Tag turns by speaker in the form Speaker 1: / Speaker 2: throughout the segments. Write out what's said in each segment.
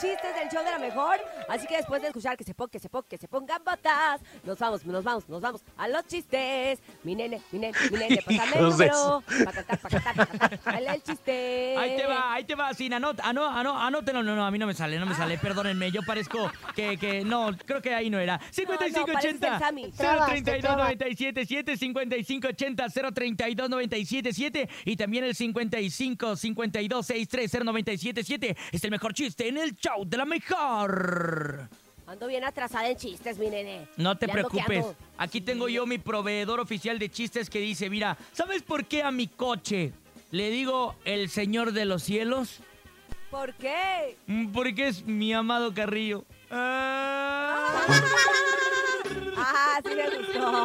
Speaker 1: chistes del show de la mejor. Así que después de escuchar que se ponga, que se ponga, que se pongan botas, nos vamos, nos vamos, nos vamos a los chistes. Mi nene, mi nene, mi nene, pásame el
Speaker 2: Hijos de
Speaker 1: número. Pacatá, pacatá, pacatá. Dale el chiste.
Speaker 3: Ahí te va, ahí te va, sin anot, ano, ano, anótelo. No, no, a mí no me sale, no me sale, perdónenme, yo parezco que, que, no, creo que ahí no era.
Speaker 1: pareces el
Speaker 3: 5580
Speaker 1: Sammy.
Speaker 3: 032 977 5580 032 977 y también el 55 52 630 977. Es el mejor chiste en el show de la mejor.
Speaker 1: Ando bien atrasada en chistes, mi nene.
Speaker 3: No te
Speaker 1: Le ando que
Speaker 3: preocupes.
Speaker 1: ando.
Speaker 3: Aquí tengo yo mi proveedor oficial de chistes que dice, mira, ¿sabes por qué a mi coche le digo el Señor de los Cielos?
Speaker 1: ¿Por qué?
Speaker 3: Mm, Porque es mi amado Carrillo. Ah.
Speaker 1: Ah, sí me gustó.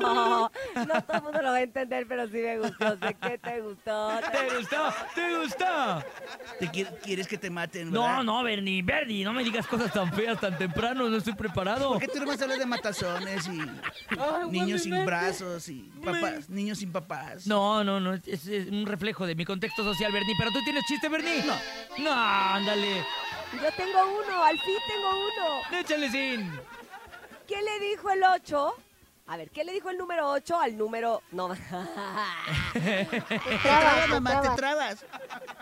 Speaker 1: No todo el mundo lo va a entender, pero sí me gustó. Sé que te gustó.
Speaker 3: ¿Te gustó? ¿Te gustó?
Speaker 2: Te qui- quieres que te maten, ¿verdad?
Speaker 3: No, no, Bernie, Bernie, no me digas cosas tan feas tan temprano, no estoy preparado.
Speaker 2: ¿Por qué tú nomás hablas de matazones y niños sin brazos y papás, niños sin papás?
Speaker 3: No, no, no, es, es un reflejo de mi contexto social, Bernie, pero tú tienes chiste, Bernie. No, no, ándale,
Speaker 1: Yo tengo uno, al fin tengo uno.
Speaker 3: échale sin.
Speaker 1: ¿Qué le dijo el 8? A ver, ¿qué le dijo el número 8 al número... No.
Speaker 2: Te trabas, mamá, te trabas.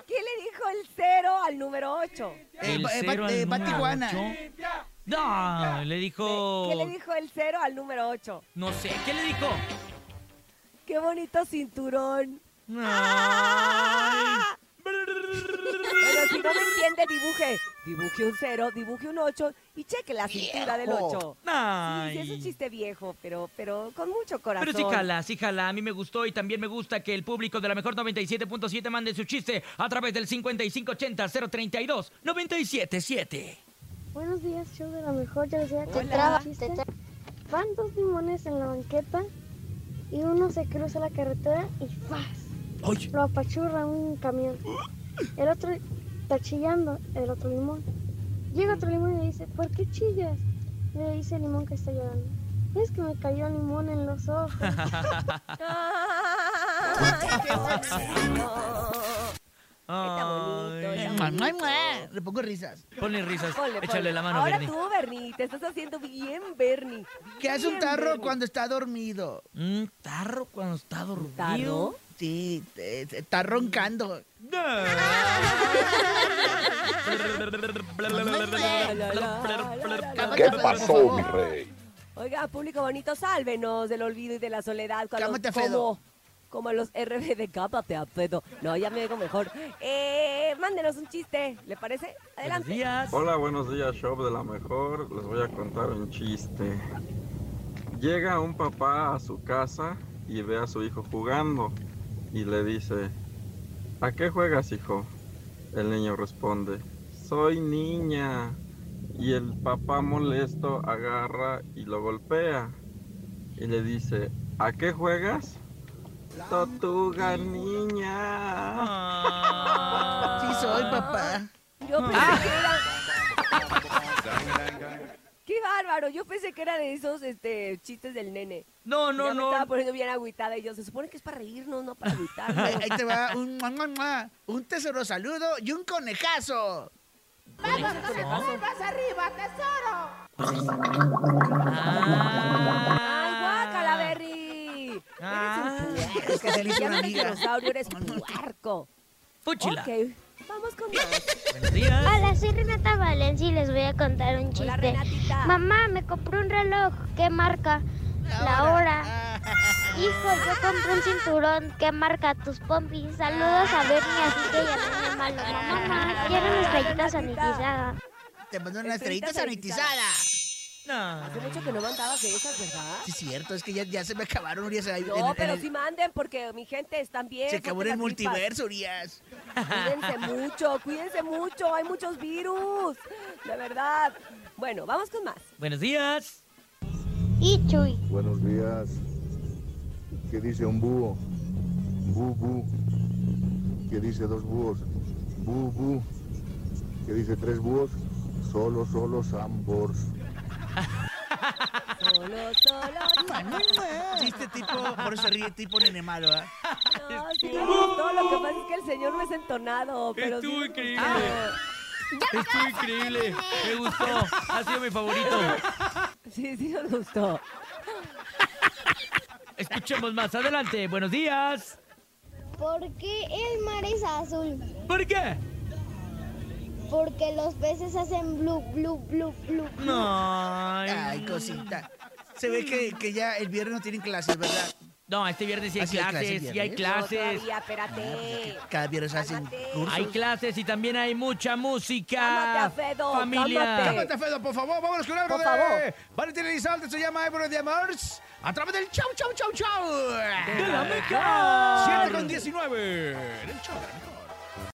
Speaker 1: ¿Qué le dijo el 0 al número 8?
Speaker 2: Eh,
Speaker 3: El
Speaker 2: va- eh, va-
Speaker 3: cero al
Speaker 2: eh, va
Speaker 3: número
Speaker 2: Tijuana.
Speaker 3: ocho. No, le dijo.
Speaker 1: ¿Qué le dijo el 0 al número 8?
Speaker 3: No sé, ¿qué le dijo?
Speaker 1: ¡Qué bonito cinturón!
Speaker 3: Ay.
Speaker 1: Ah. Pero si no me entiende, dibuje. Dibuje un 0, dije un 8 y cheque la cintura del 8. Sí, sí, es un
Speaker 3: Ay.
Speaker 1: chiste viejo, pero, pero con mucho corazón.
Speaker 3: Pero sí jala, sí jala. A mí me gustó y también me gusta que el público de la mejor 97.7 mande su chiste a través del 5580-032-977.
Speaker 4: Buenos días, show de la mejor. Ya les voy a contar un
Speaker 1: Hola.
Speaker 4: chiste. Van dos limones en la banqueta y uno se cruza la carretera y ¡faz!
Speaker 2: Oye,
Speaker 4: Lo apachurra un camión. El otro está chillando, el otro limón. Llega otro limón y le dice, ¿por qué chillas? Le dice el limón que está llorando. Es que me cayó el limón en los ojos.
Speaker 1: Ay, qué bonito. bonito,
Speaker 3: Ay.
Speaker 1: está bonito.
Speaker 2: le pongo risas.
Speaker 3: Ponle risas.
Speaker 1: Ponle,
Speaker 3: Échale
Speaker 1: ponle.
Speaker 3: la mano,
Speaker 1: Ahora
Speaker 3: Bernie.
Speaker 1: tú, Bernie, te estás haciendo bien, Bernie.
Speaker 2: ¿Qué hace un
Speaker 1: Bien,
Speaker 2: tarro
Speaker 1: Bernie.
Speaker 2: cuando está dormido?
Speaker 3: Un Mm, tarro cuando está dormido.
Speaker 1: ¿Tarro?
Speaker 2: Sí, te- te- está roncando.
Speaker 3: No.
Speaker 2: ¿Qué pasó, mi
Speaker 5: rey?
Speaker 1: Oiga, público bonito, sálvenos del olvido y de la soledad. cuando-
Speaker 2: Cámate a
Speaker 1: como,
Speaker 2: Fedo.
Speaker 1: como los RB de cápate a pedo. No, ya me digo mejor. Eh, mándenos un chiste, ¿le parece?
Speaker 3: Buenos
Speaker 1: Adelante.
Speaker 3: días.
Speaker 5: Hola, buenos días, show de la mejor. Les voy a contar un chiste. Llega un papá a su casa y ve a su hijo jugando y le dice, ¿a qué juegas, hijo? El niño responde, soy niña. Y el papá molesto agarra y lo golpea y le dice, ¿a qué juegas? Tortuga niña.
Speaker 3: Ah.
Speaker 2: Sí, soy papá.
Speaker 1: Yo pensé que era... Qué bárbaro, yo pensé que era de esos este, chistes del nene.
Speaker 3: No, no,
Speaker 1: ya Me estaba
Speaker 3: no.
Speaker 1: poniendo bien agüitada y yo, se supone que es para reírnos, no para
Speaker 2: Ahí,
Speaker 1: agüitarnos.
Speaker 2: ahí te va un, mua, mua, mua, un tesoro saludo y un conejazo.
Speaker 1: ¡Ay,
Speaker 3: Ah.
Speaker 1: guácala, Berry!
Speaker 3: Ah.
Speaker 1: Eres un
Speaker 2: Es que se le hizo
Speaker 1: Ya no
Speaker 2: una
Speaker 1: eres
Speaker 2: amiga.
Speaker 1: dinosaurio, eres puerco.
Speaker 3: Fúchila.
Speaker 1: Ok, vamos con más.
Speaker 3: Buenos días.
Speaker 6: Hola, soy Renata Valencia y les voy a contar un
Speaker 1: Hola,
Speaker 6: chiste.
Speaker 1: Renatita.
Speaker 6: Mamá, me compré un reloj. ¿Qué marca? La
Speaker 1: ah.
Speaker 6: hora. Hijo, yo compré un cinturón. ¿Qué marca? Tus pompis. Saludos a Bernie, así que ya no me malo. Mamá, quiero una estrellita sanitizada.
Speaker 2: Te mando una estrellita
Speaker 1: Estrellita
Speaker 2: sanitizada.
Speaker 3: No.
Speaker 1: Hace mucho que no mandabas de esas, ¿verdad?
Speaker 2: Sí, es cierto, es que ya, ya se me acabaron, Urias. ahí en-
Speaker 1: No,
Speaker 2: en
Speaker 1: pero
Speaker 2: el-
Speaker 1: sí manden porque mi gente están bien.
Speaker 2: se acabó
Speaker 1: fuertes
Speaker 2: en el
Speaker 1: las gripas.
Speaker 2: multiverso, Urias.
Speaker 1: Cuídense mucho, cuídense mucho. Hay muchos virus. De verdad. Bueno, vamos con más.
Speaker 3: Buenos días.
Speaker 6: Y Chuy.
Speaker 7: Buenos días. ¿Qué dice un búho? Bu, bu. ¿Qué dice dos búhos? Bu, bu. ¿Qué dice tres búhos? Solo, solo, Sambors.
Speaker 1: Solo, solo.
Speaker 2: Chiste tipo, por eso se ríe tipo nene malo, ¿ah?
Speaker 1: No, sí me gustó. Lo que pasa es que el señor no es entonado. Pero
Speaker 3: Estuvo
Speaker 1: sí me
Speaker 3: increíble.
Speaker 1: gustó.
Speaker 3: Estuvo increíble. Me gustó. Ha sido mi favorito.
Speaker 1: Sí, sí nos gustó.
Speaker 3: Escuchemos más. Adelante. Buenos días.
Speaker 8: ¿Por qué el mar es azul?
Speaker 3: ¿Por qué?
Speaker 8: Porque los peces hacen blue, blue, blue, blue.
Speaker 3: No.
Speaker 2: Ay, cosita. Se ve que, que ya el viernes no tienen clases, ¿verdad?
Speaker 3: No, este viernes sí hay
Speaker 2: Ah, sí hay clases
Speaker 3: clases. Sí hay
Speaker 2: viernes.
Speaker 1: No,
Speaker 3: clases.
Speaker 1: todavía, espérate.
Speaker 2: Cada viernes hacen
Speaker 1: Cálmate.
Speaker 2: cursos.
Speaker 3: Hay clases y también hay mucha música.
Speaker 1: Cálmate, Alfredo,
Speaker 3: Familia.
Speaker 1: cálmate.
Speaker 2: Cálmate, Fedo, por favor, vámonos con algo
Speaker 1: Por
Speaker 2: de
Speaker 1: favor.
Speaker 2: Valentín Elizalde, se llama Ebro de Amors, a través del Chau Chau Chau Chau. De
Speaker 3: la mejor.
Speaker 2: 7 con 19, del Chau de la mejor.